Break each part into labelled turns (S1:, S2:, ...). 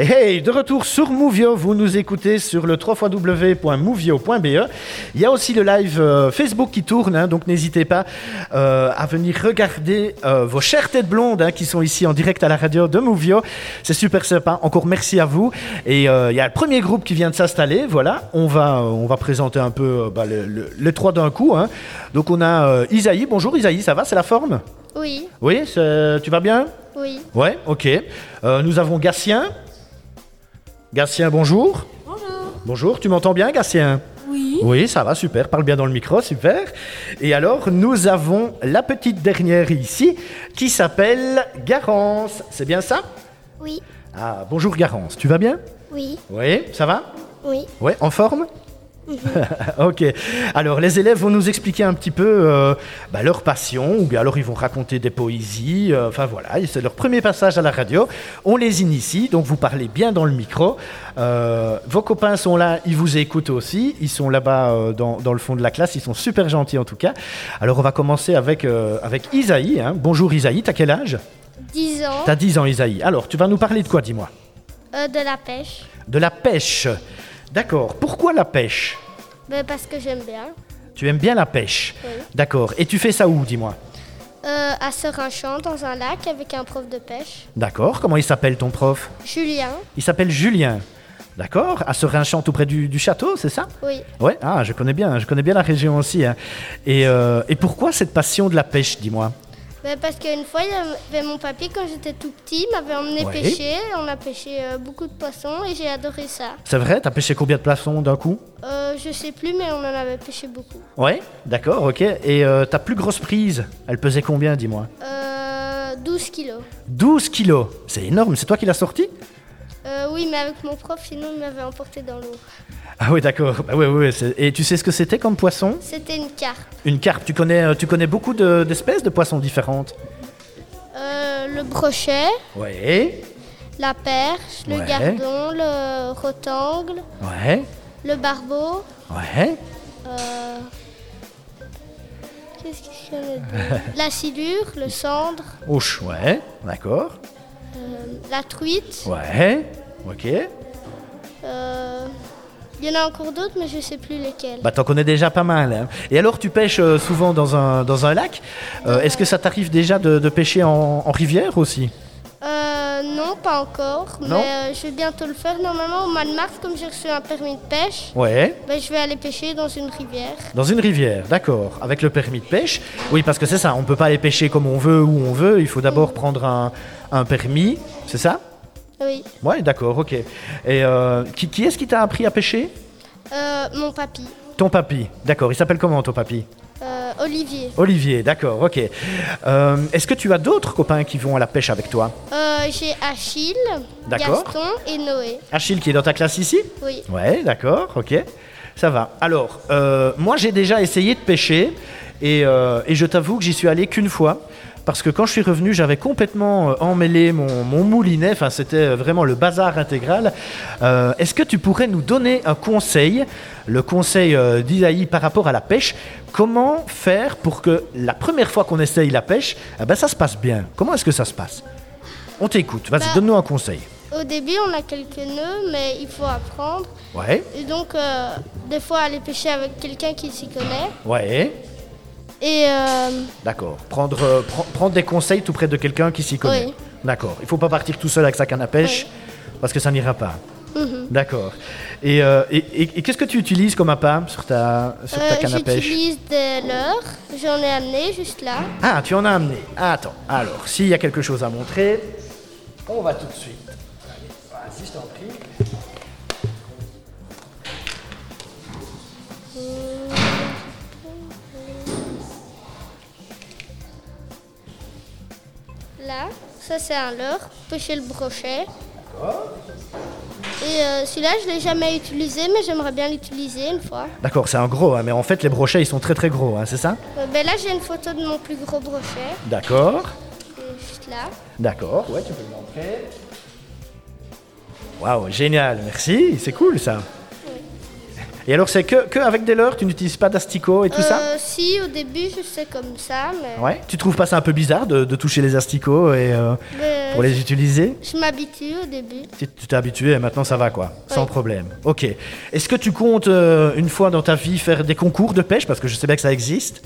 S1: Hey, de retour sur Mouvio, vous nous écoutez sur le www.mouvio.be. Il y a aussi le live euh, Facebook qui tourne, hein, donc n'hésitez pas euh, à venir regarder euh, vos chères têtes blondes hein, qui sont ici en direct à la radio de Mouvio. C'est super sympa, encore merci à vous. Et euh, il y a le premier groupe qui vient de s'installer, voilà. On va, euh, on va présenter un peu euh, bah, le- le- les trois d'un coup. hein. Donc on a euh, Isaïe, bonjour Isaïe, ça va, c'est la forme
S2: Oui,
S1: Oui, c'est- tu vas bien
S2: oui.
S1: Ouais, ok. Euh, nous avons Gatien. Gatien, bonjour.
S3: Bonjour.
S1: Bonjour, tu m'entends bien, Gatien
S3: Oui.
S1: Oui, ça va, super. Parle bien dans le micro, super. Et alors, nous avons la petite dernière ici qui s'appelle Garance. C'est bien ça
S2: Oui,
S1: Ah, bonjour Garance, tu vas bien
S2: oui,
S1: Oui, ça va
S2: oui.
S1: Oui, en forme ok. Alors, les élèves vont nous expliquer un petit peu euh, bah, leur passion, ou bien alors ils vont raconter des poésies. euh, Enfin voilà, et c'est leur premier passage à la radio. On les initie, donc vous parlez bien dans le micro. Euh, vos copains sont là, ils vous écoutent aussi. Ils sont là-bas euh, dans, dans le fond de la classe. Ils sont super gentils en tout cas. Alors, on va commencer avec, euh, avec Isaïe. hein. Bonjour Isaïe, t'as quel âge
S2: 10 ans
S1: T'as 10 ans, Isaïe. Alors, tu vas nous parler de quoi, dis-moi
S2: euh, de la pêche.
S1: De la pêche. D'accord. Pourquoi la pêche
S2: Ben, parce que j'aime bien.
S1: Tu aimes bien la pêche
S2: Oui.
S1: D'accord. Et tu fais ça où, dis-moi
S2: Euh, à Serinchand, dans un lac, avec un prof de pêche.
S1: D'accord. Comment il s'appelle ton prof
S2: Julien,
S1: Il s'appelle Julien. D'accord. À Serinchamp, tout près du, du château, c'est ça
S2: oui.
S1: Ouais. Ah, je connais bien. Je connais bien la région aussi. hein. Et, euh, et pourquoi cette passion de la pêche, dis-moi
S2: Ben, parce qu'une fois, il y avait mon papy, quand j'étais tout petit, il m'avait emmené
S1: Ouais.
S2: pêcher. On a pêché euh, beaucoup de poissons et j'ai adoré ça.
S1: C'est vrai T'as pêché combien de poissons d'un coup
S2: Euh, je sais plus, mais on en avait pêché beaucoup.
S1: Ouais. D'accord. Ok. Et euh, ta plus grosse prise, elle pesait combien, dis-moi
S2: Euh, 12 kilos.
S1: 12 kilos. C'est énorme. C'est toi qui l'as sortie
S2: Euh, oui, mais avec mon prof, sinon il m'avait emporté dans l'eau.
S1: Ah oui, d'accord. Bah, ouais, ouais, ouais, c'est- Et tu sais ce que c'était comme poisson
S2: C'était une carpe.
S1: Une carpe. Tu connais, euh, tu connais beaucoup de- d'espèces de poissons différentes
S2: Euh, le brochet,
S1: Ouais,
S2: la perche, le
S1: Ouais.
S2: gardon, le rotangle,
S1: ouais,
S2: le barbeau.
S1: ouais.
S2: euh, Qu'est-ce qu'il y en a d'autre La silure, le cendre,
S1: Ouch, ouais, d'accord.
S2: euh, la truite.
S1: Ouais, ok.
S2: euh, Il y en a encore d'autres, mais je sais plus lesquels.
S1: Bah t'en connais déjà pas mal. hein. Et alors tu pêches euh, souvent dans un, dans un lac. Euh, Est-ce que ça t'arrive déjà de, de pêcher en, en rivière aussi
S2: Euh, non, pas encore,
S1: Non
S2: mais euh, je vais bientôt le faire. Normalement, au mois de mars, comme j'ai reçu un permis de pêche,
S1: Ouais,
S2: ben, je vais aller pêcher dans une rivière.
S1: dans une rivière, d'accord. Avec le permis de pêche. Oui, parce que c'est ça, on peut pas aller pêcher comme on veut, où on veut. Il faut d'abord prendre un, un permis, c'est ça
S2: Oui,
S1: Ouais, d'accord, ok. Et euh, qui, qui est-ce qui t'a appris à pêcher
S2: Euh, mon papy,
S1: Ton papy, d'accord. Il s'appelle comment ton papy
S2: Euh, Olivier.
S1: Olivier, d'accord, ok. Euh, Est-ce que tu as d'autres copains qui vont à la pêche avec toi
S2: Euh, j'ai Achille,
S1: D'accord.
S2: Gaston et Noé.
S1: Achille qui est dans ta classe ici
S2: Oui.
S1: Ouais, d'accord, ok. Ça va. Alors, euh, moi j'ai déjà essayé de pêcher et, euh, et je t'avoue que j'y suis allé qu'une fois. Parce que quand je suis revenu, j'avais complètement euh, emmêlé mon, mon moulinet. Enfin, c'était euh, vraiment le bazar intégral. Euh, Est-ce que tu pourrais nous donner un conseil, le conseil euh, d'Isaïe par rapport à la pêche Comment faire pour que la première fois qu'on essaye la pêche, eh ben, ça se passe bien Comment est-ce que ça se passe On t'écoute. Vas-y,
S2: Bah-
S1: donne-nous un conseil.
S2: Au début, on a quelques nœuds, mais il faut apprendre.
S1: Ouais,
S2: Et donc, euh, des fois, aller pêcher avec quelqu'un qui s'y connaît.
S1: ouais.
S2: Et euh,
S1: D'accord. Prendre, euh, pre- prendre des conseils tout près de quelqu'un qui s'y connaît.
S2: Oui.
S1: D'accord. Il faut pas partir tout seul avec sa canne à pêche parce que ça n'ira pas.
S2: Mhm.
S1: D'accord. Et, euh, et, et- et qu'est-ce que tu utilises comme appât sur ta, sur ta
S2: euh,
S1: canne à pêche
S2: j'utilise des leurres. J'en ai amené juste là.
S1: Ah, tu en as amené. Attends. Alors, s'il y a quelque chose à montrer, on va tout de suite. Allez, Vas-y, je t'en prie.
S2: Là, ça c'est un leurre, pêcher le brochet. Et euh, celui-là, je l'ai jamais utilisé, mais j'aimerais bien l'utiliser une fois.
S1: D'accord, c'est un gros, hein, mais en fait, les brochets, ils sont très très gros, hein, c'est ça
S2: Euh, ben là, j'ai une photo de mon plus gros brochet,
S1: D'accord.
S2: euh, juste là.
S1: D'accord, ouais, tu peux le montrer. Waouh, génial, merci, c'est cool ça. Et alors, c'est que, que avec des leurres Tu n'utilises pas d'asticots et tout ça
S2: Euh, Si, au début, je sais comme ça, mais,
S1: Ouais. Tu trouves pas ça un peu bizarre de, de toucher les asticots et euh,
S2: mais
S1: pour les utiliser
S2: ben, je m'habitue au début.
S1: Tu tu t'es habitué et maintenant ça va quoi, sans
S2: Oui.
S1: problème. Ok. Est-ce que tu comptes euh, une fois dans ta vie faire des concours de pêche Parce que je sais bien que ça existe.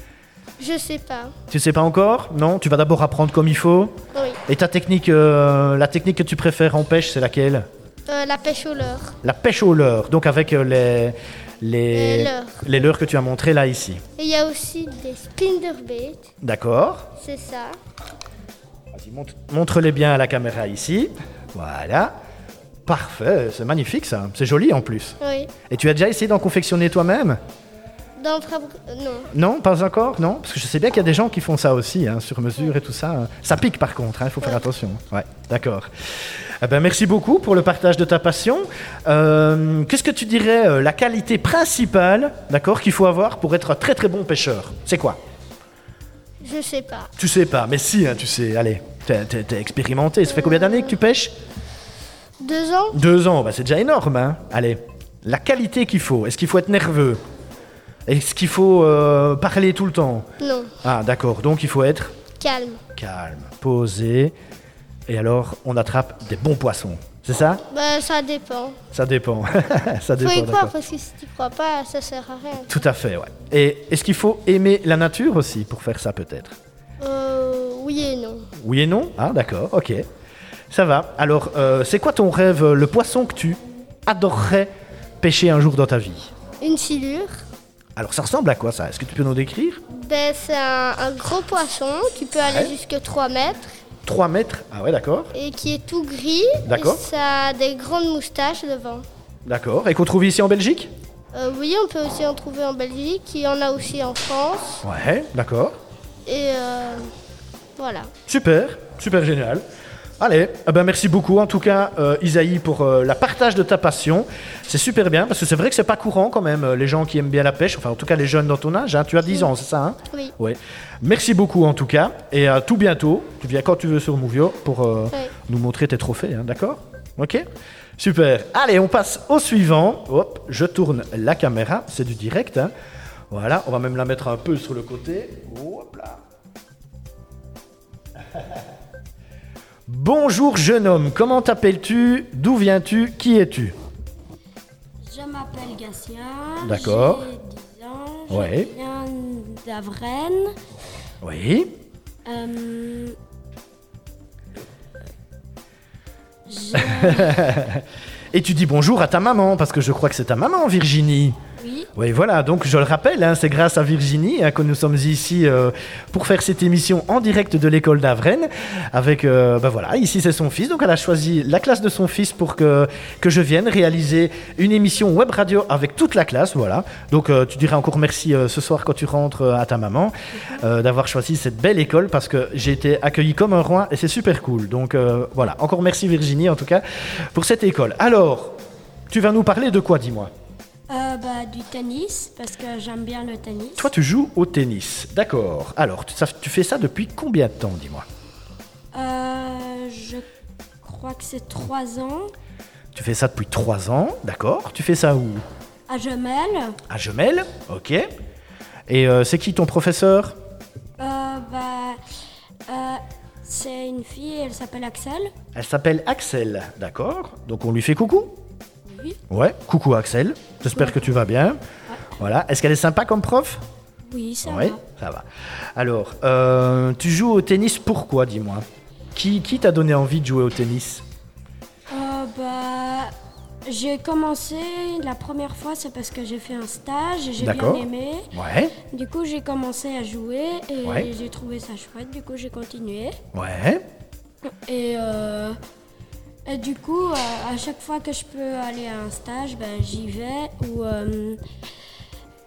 S2: Je sais pas.
S1: Tu sais pas encore Non Tu vas d'abord apprendre comme il faut.
S2: Oui.
S1: Et ta technique, euh, la technique que tu préfères en pêche, c'est laquelle
S2: Euh, la pêche au leurre.
S1: La pêche au leurre, donc avec euh, les, les,
S2: Les leurres.
S1: les leurres que tu as montrées là ici.
S2: Et il y a aussi des spinnerbaits,
S1: D'accord
S2: c'est ça.
S1: Vas-y, montre- montre-les bien à la caméra ici. Voilà. Parfait, c'est magnifique ça. C'est joli en plus.
S2: Oui.
S1: Et tu as déjà essayé d'en confectionner toi-même
S2: Dans Fabri- euh, Non.
S1: Non, pas encore, non Parce que je sais bien qu'il y a des gens qui font ça aussi, hein, sur mesure et tout ça. Ça pique par contre, hein, il faut faire attention. Ouais, d'accord. Eh ben, merci beaucoup pour le partage de ta passion. Euh, Qu'est-ce que tu dirais euh, la qualité principale, d'accord, qu'il faut avoir pour être un très très bon pêcheur C'est quoi
S2: Je sais pas.
S1: Tu sais pas, mais si, hein, tu sais. Allez, t'es- t'es t'es expérimenté. Ça fait combien d'années que tu pêches
S2: Deux ans
S1: Deux ans, bah, c'est déjà énorme. hein. Allez, la qualité qu'il faut. Est-ce qu'il faut être nerveux Est-ce qu'il faut euh, parler tout le temps
S2: Non.
S1: Ah, d'accord. Donc il faut être
S2: Calme.
S1: calme, posé. Et alors, on attrape des bons poissons. C'est ça
S2: Bah, ça dépend.
S1: Ça dépend. ça
S2: Faut
S1: dépend.
S2: y croire
S1: d'accord.
S2: parce que si tu crois pas, ça sert à rien.
S1: Tout à fait, ouais. Et est-ce qu'il faut aimer la nature aussi pour faire ça, peut-être
S2: Euh, oui et non.
S1: Oui et non Ah, d'accord, ok. Ça va. Alors, euh, c'est quoi ton rêve, euh, le poisson que tu adorerais pêcher un jour dans ta vie
S2: Une silure,
S1: Alors, ça ressemble à quoi ça Est-ce que tu peux nous décrire
S2: ben, c'est un, un gros poisson qui peut aller
S1: Ouais.
S2: jusque 3 mètres
S1: 3 mètres Ah, ouais, d'accord.
S2: et qui est tout gris.
S1: D'accord.
S2: Et ça a des grandes moustaches devant.
S1: D'accord. Et qu'on trouve ici en Belgique
S2: Euh, oui, on peut aussi en trouver en Belgique, il y en a aussi en France.
S1: Ouais, d'accord.
S2: Et euh, voilà.
S1: Super, super génial. Allez, eh ben merci beaucoup en tout cas euh, Isaïe pour euh, la partage de ta passion. C'est super bien parce que c'est vrai que c'est pas courant quand même euh, les gens qui aiment bien la pêche, enfin en tout cas les jeunes dans ton âge. hein. tu as 10 ans, c'est ça hein
S2: Oui.
S1: Ouais. Merci beaucoup en tout cas et à tout bientôt. Tu viens quand tu veux sur Mouvio pour euh,
S2: Ouais.
S1: nous montrer tes trophées, hein, d'accord Ok Super. Allez, on passe au suivant. Hop, je tourne la caméra, c'est du direct. hein. Voilà, on va même la mettre un peu sur le côté. Hop là. Bonjour jeune homme, comment t'appelles-tu D'où viens-tu Qui es-tu
S3: Je m'appelle Gatien.
S1: D'accord.
S3: J'ai 10 ans. Je
S1: Ouais.
S3: viens d'Avrennes.
S1: Oui.
S3: Euh, j'ai-
S1: Et tu dis bonjour à ta maman, parce que je crois que c'est ta maman, Virginie.
S3: oui,
S1: Oui, voilà, donc je le rappelle, hein, c'est grâce à Virginie hein, que nous sommes ici euh, pour faire cette émission en direct de l'école d'Avrennes. Avec, euh, ben voilà, ici c'est son fils, donc elle a choisi la classe de son fils pour que, que je vienne réaliser une émission web radio avec toute la classe, voilà. Donc euh, tu diras encore merci euh, ce soir quand tu rentres euh, à ta maman euh, d'avoir choisi cette belle école parce que j'ai été accueilli comme un roi et c'est super cool. Donc euh, voilà, encore merci Virginie en tout cas pour cette école. Alors, tu vas nous parler de quoi, dis-moi
S3: euh, bah, du tennis, parce que j'aime bien le tennis.
S1: Toi, tu joues au tennis, d'accord. Alors, tu, ça- tu fais ça depuis combien de temps, dis-moi
S3: Euh, Je crois que c'est 3 ans.
S1: Tu fais ça depuis 3 ans, d'accord. Tu fais ça où
S3: À Jemel, Euh,
S1: À Jemel, ok. Et euh, c'est qui ton professeur
S3: euh, bah, euh, c'est une fille, elle s'appelle Axel.
S1: Elle s'appelle Axel, d'accord. Donc, on lui fait coucou
S3: Oui.
S1: Ouais, coucou Axel. J'espère que tu vas bien. Voilà. Est-ce qu'elle est sympa comme prof
S3: Oui, ça
S1: Ouais,
S3: va.
S1: ça va. Alors, euh, tu joues au tennis pourquoi, dis-moi Qui, qui t'a donné envie de jouer au tennis
S3: Euh, bah, j'ai commencé la première fois, c'est parce que j'ai fait un stage, et j'ai bien
S1: D'accord.
S3: aimé.
S1: Ouais,
S3: Du coup, j'ai commencé à jouer et
S1: Ouais.
S3: j'ai trouvé ça chouette. Du coup, j'ai continué.
S1: ouais.
S3: Et, euh, et du coup, euh, à chaque fois que je peux aller à un stage, ben, j'y vais ou euh,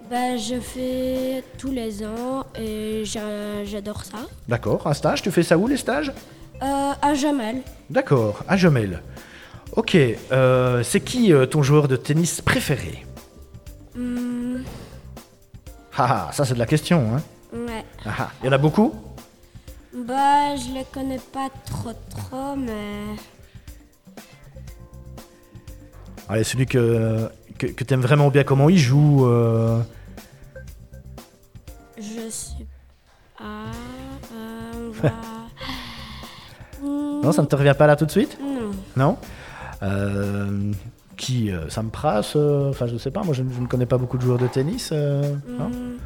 S3: ben, je fais tous les ans et j'a- j'adore ça.
S1: D'accord, un stage, tu fais ça où les stages
S3: Euh, à Jamel,
S1: D'accord, à Jemel. Ok, euh, c'est qui euh, ton joueur de tennis préféré
S3: Mm,
S1: Ah, ah, ça c'est de la question. Hein.
S3: ouais.
S1: Ah, ah, il y en a beaucoup
S3: Bah, je les connais pas trop trop, mais
S1: Allez, celui que, que, que t'aimes vraiment bien comment ils jouent euh,
S3: Je sais pas. euh, on va-
S1: Non, ça ne te revient pas là tout de suite
S3: Mm, Non.
S1: Non Euh, Qui euh, Sam Prass euh, Enfin, je ne sais pas, moi je, ne- je ne connais pas beaucoup de joueurs de tennis. euh, non
S3: Hmm.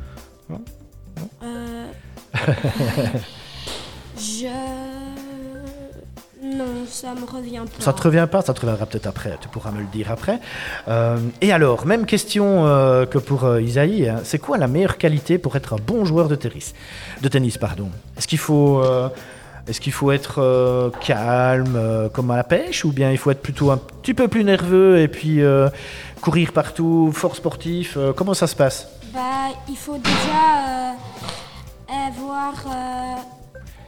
S1: Non
S3: Euh, je. Non, ça me revient pas.
S1: Ça te revient pas, ça te reviendra peut-être après, tu pourras me le dire après. Euh, et alors, même question euh, que pour euh, Isaïe, hein. c'est quoi la meilleure qualité pour être un bon joueur de tennis De tennis, pardon. Est-ce qu'il faut, euh, est-ce qu'il faut être euh, calme, euh, comme à la pêche, ou bien il faut être plutôt un petit peu plus nerveux et puis euh, courir partout, fort sportif euh, Comment ça se passe
S3: Bah, il faut déjà euh, avoir. euh,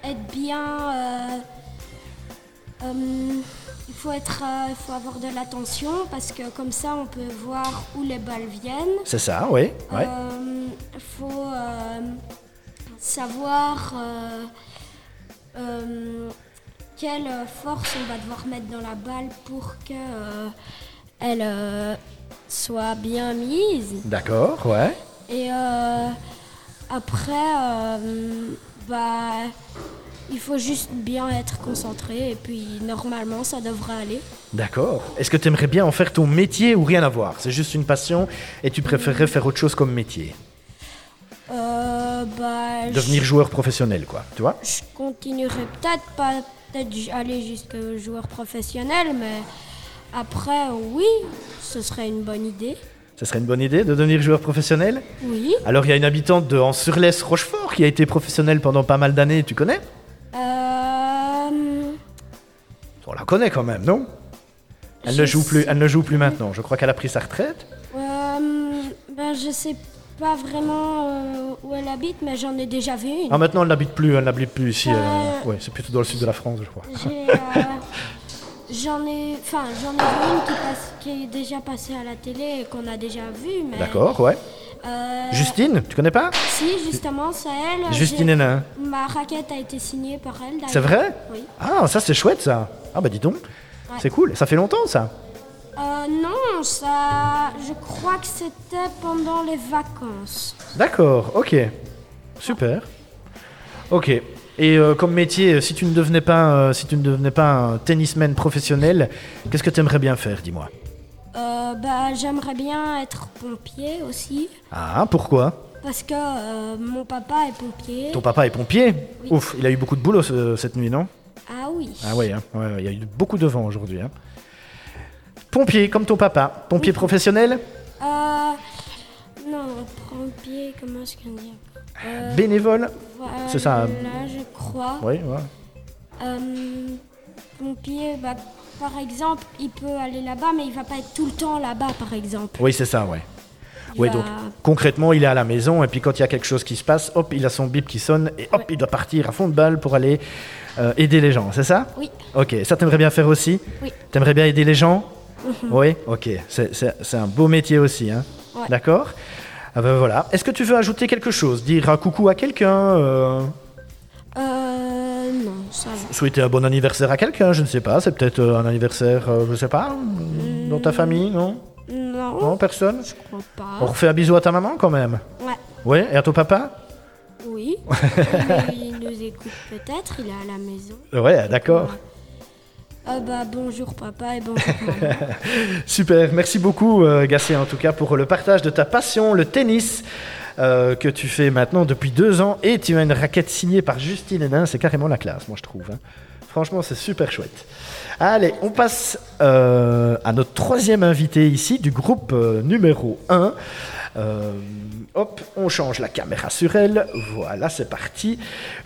S3: être bien. euh, euh, il faut, être, euh, il faut avoir de l'attention parce que comme ça on peut voir où les balles viennent.
S1: C'est ça, oui.
S3: Il
S1: Ouais.
S3: faut euh, savoir euh, euh, quelle force on va devoir mettre dans la balle pour que euh, elle euh, soit bien mise.
S1: D'accord, ouais.
S3: Et euh, après, euh, bah, il faut juste bien être concentré et puis normalement ça devrait aller.
S1: D'accord. Est-ce que tu aimerais bien en faire ton métier ou rien à voir C'est juste une passion et tu préférerais faire autre chose comme métier
S3: Euh, bah,
S1: Devenir joueur professionnel, quoi. Tu vois
S3: je continuerai peut-être pas peut-être j- aller jusqu'au joueur professionnel, mais après, oui, ce serait une bonne idée.
S1: Ce serait une bonne idée de devenir joueur professionnel
S3: Oui.
S1: Alors, il y a une habitante de Ansurlès, Rochefort, qui a été professionnelle pendant pas mal d'années, tu connais
S3: Euh,
S1: On la connaît quand même, non elle ne,
S3: Je
S1: joue plus,
S3: sais
S1: elle ne joue plus maintenant. Je crois qu'elle a pris sa retraite.
S3: euh, ben, je sais pas vraiment euh, où elle habite, mais j'en ai déjà vu une.
S1: Ah, maintenant, elle n'habite plus, elle n'habite plus ici. euh,
S3: Euh,
S1: ouais, c'est plutôt dans le sud de la France, je crois.
S3: J'ai, euh, J'en ai, enfin, j'en ai vu une qui, passe- qui est déjà passée à la télé et qu'on a déjà vue, mais.
S1: D'accord, ouais.
S3: euh,
S1: Justine, tu connais pas
S3: Si, justement, c'est elle.
S1: Justine
S3: J'ai-
S1: Hénin.
S3: Ma raquette a été signée par elle. d'ailleurs.
S1: C'est vrai
S3: Oui.
S1: Ah, ça, c'est chouette, ça. Ah, bah, dis donc. C'est cool. Ça fait longtemps, ça
S3: Euh, non, ça. Je crois que c'était pendant les vacances.
S1: D'accord, ok. Super. Ok. Et euh, comme métier, si tu ne devenais pas, euh, si tu ne devenais pas un tennisman professionnel, qu'est-ce que tu aimerais bien faire, dis-moi
S3: Euh, bah, j'aimerais bien être pompier aussi.
S1: Ah, pourquoi
S3: Parce que euh, mon papa est pompier.
S1: Ton papa est pompier
S3: Oui.
S1: Ouf, il a eu beaucoup de boulot ce- cette nuit, non
S3: Ah oui.
S1: Ah ouais, hein, ouais, ouais, il y a eu beaucoup de vent aujourd'hui. hein. Pompier, comme ton papa. Pompier professionnel
S3: Euh, non, pompier, comment est-ce qu'on dit Euh,
S1: Bénévole
S3: voilà,
S1: c'est ça, euh,
S3: Là, je crois.
S1: Oui, ouais.
S3: Euh, pompier, bah, par exemple, il peut aller là-bas, mais il va pas être tout le temps là-bas, par exemple.
S1: Oui, c'est ça, ouais.
S3: Il
S1: Oui,
S3: va-
S1: donc concrètement, il est à la maison et puis quand il y a quelque chose qui se passe, hop, il a son bip qui sonne et hop, il doit partir à fond de balle pour aller euh, aider les gens, c'est ça
S3: Oui.
S1: Ok, ça t'aimerais bien faire aussi
S3: Oui. Mhm.
S1: T'aimerais bien aider les gens Oui, ok, c'est- c'est c'est un beau métier aussi, hein
S3: Ouais.
S1: D'accord Ah ben voilà. Est-ce que tu veux ajouter quelque chose Dire un coucou à quelqu'un euh,
S3: Euh, non, ça va.
S1: Souhaiter un bon anniversaire à quelqu'un Je ne sais pas, c'est peut-être euh, un anniversaire, euh, je ne sais pas, dans ta famille, non
S3: Non,
S1: Non, personne
S3: Euh, oh, je crois pas.
S1: On refait un bisou à ta maman quand même
S3: Ouais,
S1: Oui, et à ton papa
S3: oui. Mais il nous écoute peut-être, il est à la maison.
S1: Ouais, d'accord.
S3: Ah bah bonjour papa et bonjour maman.
S1: Super. Merci beaucoup, euh, Gassé, en tout cas, pour le partage de ta passion, le tennis, euh, que tu fais maintenant depuis deux ans. Et tu as une raquette signée par Justine Hénin. C'est carrément la classe, moi, je trouve. hein. Franchement, c'est super chouette. Allez, on passe euh, à notre troisième invité ici du groupe euh, numéro 1. hop, on change la caméra sur elle. Voilà, c'est parti.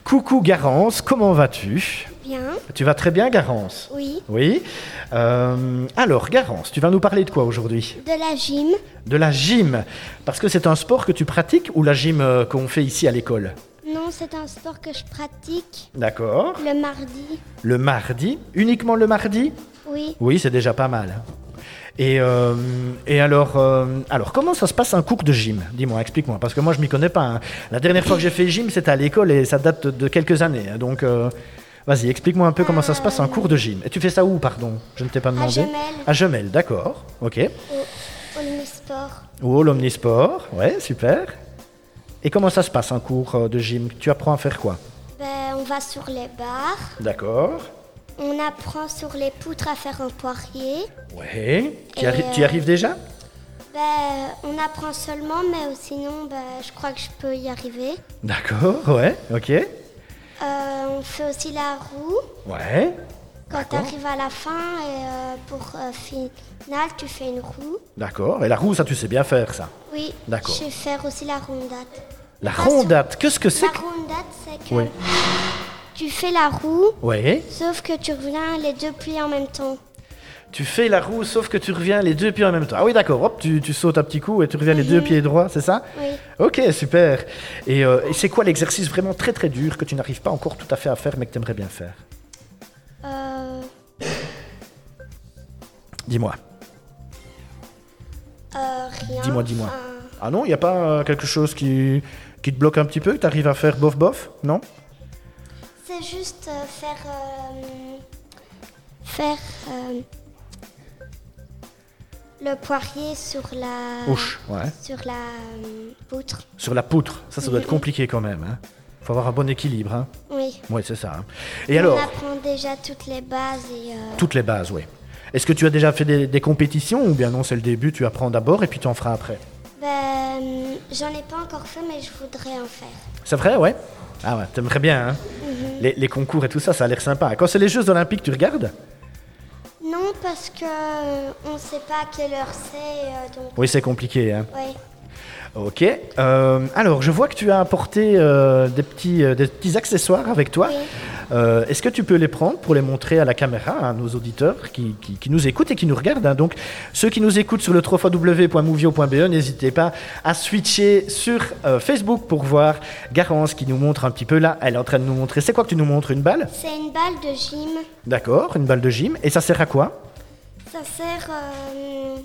S1: Coucou Garance, comment vas-tu
S2: Bien,
S1: Tu vas très bien, Garance
S2: oui.
S1: oui. Euh, alors, Garance, tu vas nous parler de quoi aujourd'hui
S2: De la gym,
S1: De la gym. Parce que c'est un sport que tu pratiques ou la gym euh, qu'on fait ici à l'école
S2: non, c'est un sport que je pratique
S1: D'accord.
S2: le mardi.
S1: Le mardi Uniquement le mardi
S2: Oui,
S1: Oui, c'est déjà pas mal. Et, euh, et alors, euh, alors, comment ça se passe un cours de gym Dis-moi, explique-moi. Parce que moi, je m'y connais pas. hein. La dernière fois que j'ai fait gym, c'était à l'école et ça date de quelques années. hein. Donc, euh, vas-y, explique-moi un peu comment ça se passe un cours de gym. Et tu fais ça où, pardon Je ne t'ai pas demandé.
S2: Gemelles.
S1: À Gemelle, d'accord. Ok.
S2: Omnisport.
S1: Ou Oh, l'omnisport, ouais, super. Et comment ça se passe un cours euh, de gym Tu apprends à faire quoi
S2: Ben, on va sur les barres.
S1: D'accord.
S2: On apprend sur les poutres à faire un poirier.
S1: Ouais. Tu,
S2: Et,
S1: arri-
S2: euh,
S1: tu y arrives déjà
S2: Ben, on apprend seulement, mais sinon, ben, je crois que je peux y arriver.
S1: D'accord, ouais, ok.
S2: Euh, on fait aussi la roue.
S1: Ouais.
S2: Quand tu arrives à la fin et euh, pour euh, finale, tu fais une roue.
S1: D'accord. Et la roue, ça, tu sais bien faire, ça.
S2: Oui,
S1: D'accord.
S2: je vais faire aussi la rondate.
S1: La
S2: Ah, sur-
S1: rondate, qu'est-ce que c'est
S2: La
S1: que...
S2: rondate, c'est que
S1: Ouais.
S2: tu fais la roue,
S1: Ouais.
S2: sauf que tu reviens les deux plis en même temps.
S1: Tu fais la roue, sauf que tu reviens les deux pieds en même temps. Ah oui, d'accord. Hop, tu, tu sautes un petit coup et tu reviens les deux pieds droits, c'est ça
S2: Oui.
S1: Ok, super. Et, euh, et c'est quoi l'exercice vraiment très très dur que tu n'arrives pas encore tout à fait à faire, mais que tu aimerais bien faire
S2: Euh,
S1: Dis-moi.
S2: euh, rien.
S1: Dis-moi, dis-moi.
S2: Enfin,
S1: Ah non, il n'y a pas euh, quelque chose qui, qui te bloque un petit peu, que tu arrives à faire bof bof Non
S2: C'est juste euh, faire. euh, faire. euh, le poirier sur la.
S1: Ouch, ouais.
S2: Sur la euh, poutre.
S1: Sur la poutre. Ça, ça doit être compliqué quand même. Hein. Faut avoir un bon équilibre. Hein.
S2: Oui.
S1: Ouais, c'est ça. hein. Et
S2: On
S1: alors
S2: apprend déjà toutes les bases et. euh,
S1: Toutes les bases, oui. Est-ce que tu as déjà fait des, des compétitions ou bien non, c'est le début, tu apprends d'abord et puis tu en feras après
S2: ben, euh, j'en ai pas encore fait, mais je voudrais en faire.
S1: C'est vrai, ouais Ah ouais, t'aimerais bien, hein les, les concours et tout ça, ça a l'air sympa. Quand c'est les Jeux Olympiques, tu regardes
S2: Non, parce que euh, on sait pas à quelle heure c'est, euh, donc.
S1: Oui, c'est compliqué, hein
S2: Ouais.
S1: Ok. euh, alors, je vois que tu as apporté euh, des, petits, euh, des petits accessoires avec toi.
S2: Oui.
S1: Euh, Est-ce que tu peux les prendre pour les montrer à la caméra, à nos auditeurs qui, qui- qui nous écoutent et qui nous regardent hein. Donc, ceux qui nous écoutent sur le www.movio.be, e, n'hésitez pas à switcher sur euh, Facebook pour voir Garance qui nous montre un petit peu là. Elle est en train de nous montrer. C'est quoi que tu nous montres Une balle
S2: C'est une balle de gym.
S1: D'accord, une balle de gym. Et ça sert à quoi
S2: Ça sert euh,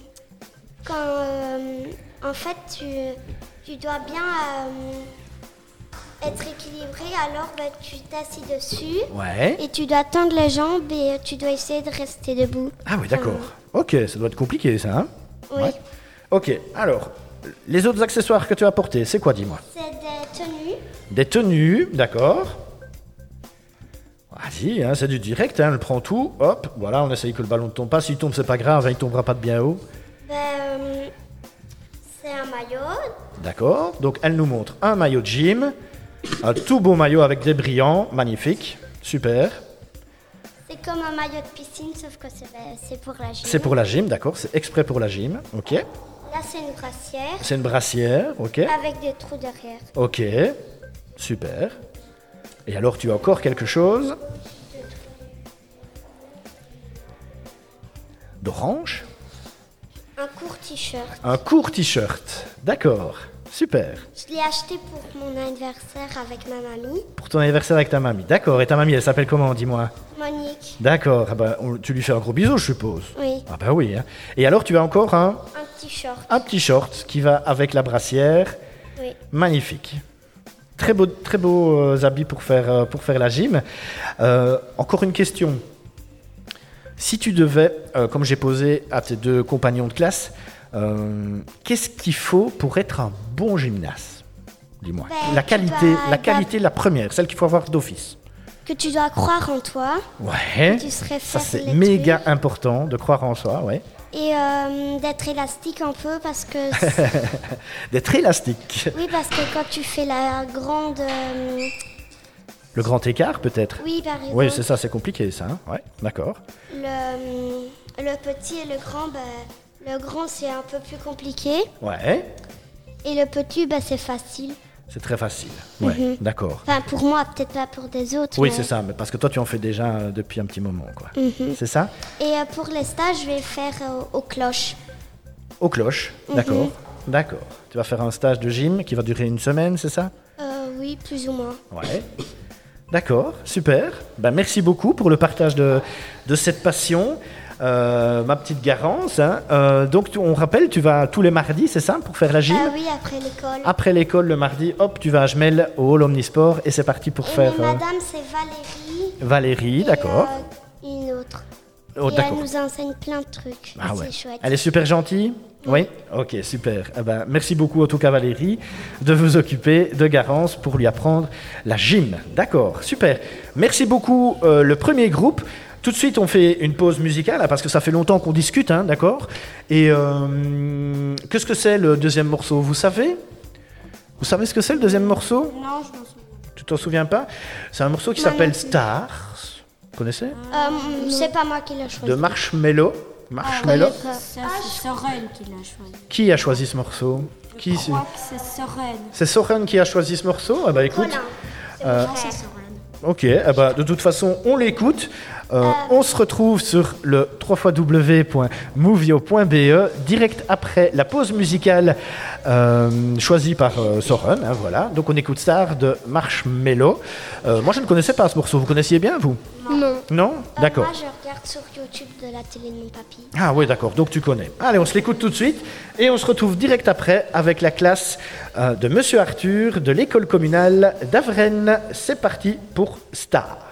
S2: quand euh, en fait tu, tu dois bien euh, être équilibré, alors bah, tu t'assis dessus
S1: Ouais.
S2: et tu dois tendre les jambes et euh, tu dois essayer de rester debout.
S1: Ah oui, d'accord. Ok, ça doit être compliqué ça. hein.
S2: Oui.
S1: Ouais. Ok, alors, les autres accessoires que tu as apportés, c'est quoi, dis-moi
S2: C'est des tenues.
S1: Des tenues, d'accord. Vas-y, hein, c'est du direct, hein, elle prend tout, hop, voilà, on essaye que le ballon ne tombe pas. S'il tombe, c'est pas grave, hein, il tombera pas de bien haut.
S2: Ben, euh, c'est un maillot.
S1: D'accord, donc elle nous montre un maillot de gym, un tout beau maillot avec des brillants, magnifique, super.
S2: C'est comme un maillot de piscine, sauf que c'est ben, c'est pour la gym.
S1: C'est pour la gym, d'accord, c'est exprès pour la gym, ok.
S2: Là, c'est une brassière
S1: C'est une brassière, ok.
S2: avec des trous derrière.
S1: Ok, super. Et alors, tu as encore quelque chose D'orange
S2: Un court t-shirt.
S1: Un court t-shirt. D'accord, super.
S2: Je l'ai acheté pour mon anniversaire avec ma mamie,
S1: Pour ton anniversaire avec ta mamie. D'accord, et ta mamie, elle s'appelle comment, dis-moi
S2: Monique.
S1: D'accord, ah bah, on- tu lui fais un gros bisou, je suppose.
S2: Oui.
S1: Ah bah oui. hein. Et alors, tu as encore un,
S2: Un petit short.
S1: un petit short qui va avec la brassière.
S2: Oui.
S1: Magnifique. Très beau, très beaux euh, habits pour faire, euh, pour faire la gym. Euh, encore une question. Si tu devais, euh, comme j'ai posé à tes deux compagnons de classe, euh, qu'est-ce qu'il faut pour être un bon gymnaste Dis-moi.
S2: Ben,
S1: la
S2: tu
S1: qualité,
S2: dois-
S1: la qualité, la première, celle qu'il faut avoir d'office.
S2: Que tu dois croire en toi
S1: Ouais.
S2: tu serais
S1: Ça
S2: faire
S1: c'est
S2: les
S1: méga important de croire en soi, ouais.
S2: et euh, d'être élastique un peu parce que
S1: D'être élastique.
S2: oui parce que quand tu fais la grande euh,
S1: Le grand écart peut-être.
S2: oui par exemple
S1: Oui, c'est ça, c'est compliqué ça. hein. Ouais, d'accord.
S2: le, euh, le petit et le grand bah, le grand c'est un peu plus compliqué
S1: Ouais.
S2: et le petit bah, c'est facile
S1: C'est très facile.
S2: Mhm.
S1: Ouais, d'accord.
S2: enfin pour moi peut-être pas pour des autres
S1: Oui,
S2: mais-
S1: c'est ça, mais parce que toi, tu en fais déjà euh, depuis un petit moment, quoi.
S2: Mhm.
S1: C'est ça
S2: et euh, pour les stages je vais faire euh, aux cloches
S1: Aux cloches,
S2: Mhm.
S1: d'accord. D'accord. Tu vas faire un stage de gym qui va durer une semaine, c'est ça
S2: Euh, oui plus ou moins
S1: Ouais. D'accord, super. Ben, merci beaucoup pour le partage de, de cette passion. Euh, ma petite garance. hein. Euh, donc, tu- on rappelle, tu vas tous les mardis, c'est ça, pour faire la gym
S2: ah oui après l'école
S1: Après l'école, le mardi, hop, tu vas à Gemel au Hall Omnisport et c'est parti pour
S2: et
S1: faire
S2: mes
S1: euh,
S2: madame c'est Valérie
S1: Valérie,
S2: et,
S1: d'accord.
S2: euh, une autre
S1: Oh,
S2: et elle
S1: d'accord.
S2: nous enseigne plein de trucs.
S1: Ah ouais.
S2: C'est chouette.
S1: Elle est super gentille Oui Ok, super. Ah ben, merci beaucoup en tout cas Valérie de vous occuper de Garance pour lui apprendre la gym. D'accord, super. Merci beaucoup euh, le premier groupe. Tout de suite, on fait une pause musicale hein, parce que ça fait longtemps qu'on discute, hein, d'accord Et euh, qu'est-ce que c'est le deuxième morceau Vous savez Vous savez ce que c'est le deuxième morceau
S2: Non, je m'en souviens.
S1: Tu t'en souviens pas C'est un morceau qui
S2: Non, non
S1: s'appelle
S2: plus.
S1: Stars. Vous connaissez
S2: Euh, mm, c'est pas moi qui l'ai choisi.
S1: De Marshmello. Marshmello.
S2: connais pas.
S3: Ça, c'est Soren qui l'a choisi.
S1: Qui a choisi ce morceau Qui
S3: Je crois que c'est Soren.
S1: C'est Soren qui a choisi ce morceau Ah bah écoute,
S2: Colin. C'est
S1: euh,
S2: mon frère.
S1: ok, ah bah, de toute façon on l'écoute. Euh, On se retrouve sur le www.movio.be direct après la pause musicale euh, choisie par euh, Soren. hein, voilà. Donc on écoute Star de Marshmello. Euh, moi je ne connaissais pas ce morceau, vous connaissiez bien vous
S4: Non.
S1: Non
S2: Euh,
S1: D'accord.
S2: Moi, je regarde sur YouTube de la télé de mon papy.
S1: Ah oui, d'accord, donc tu connais. Allez, on se l'écoute tout de suite et on se retrouve direct après avec la classe euh, de Monsieur Arthur de l'école communale d'Avrennes. C'est parti pour Star.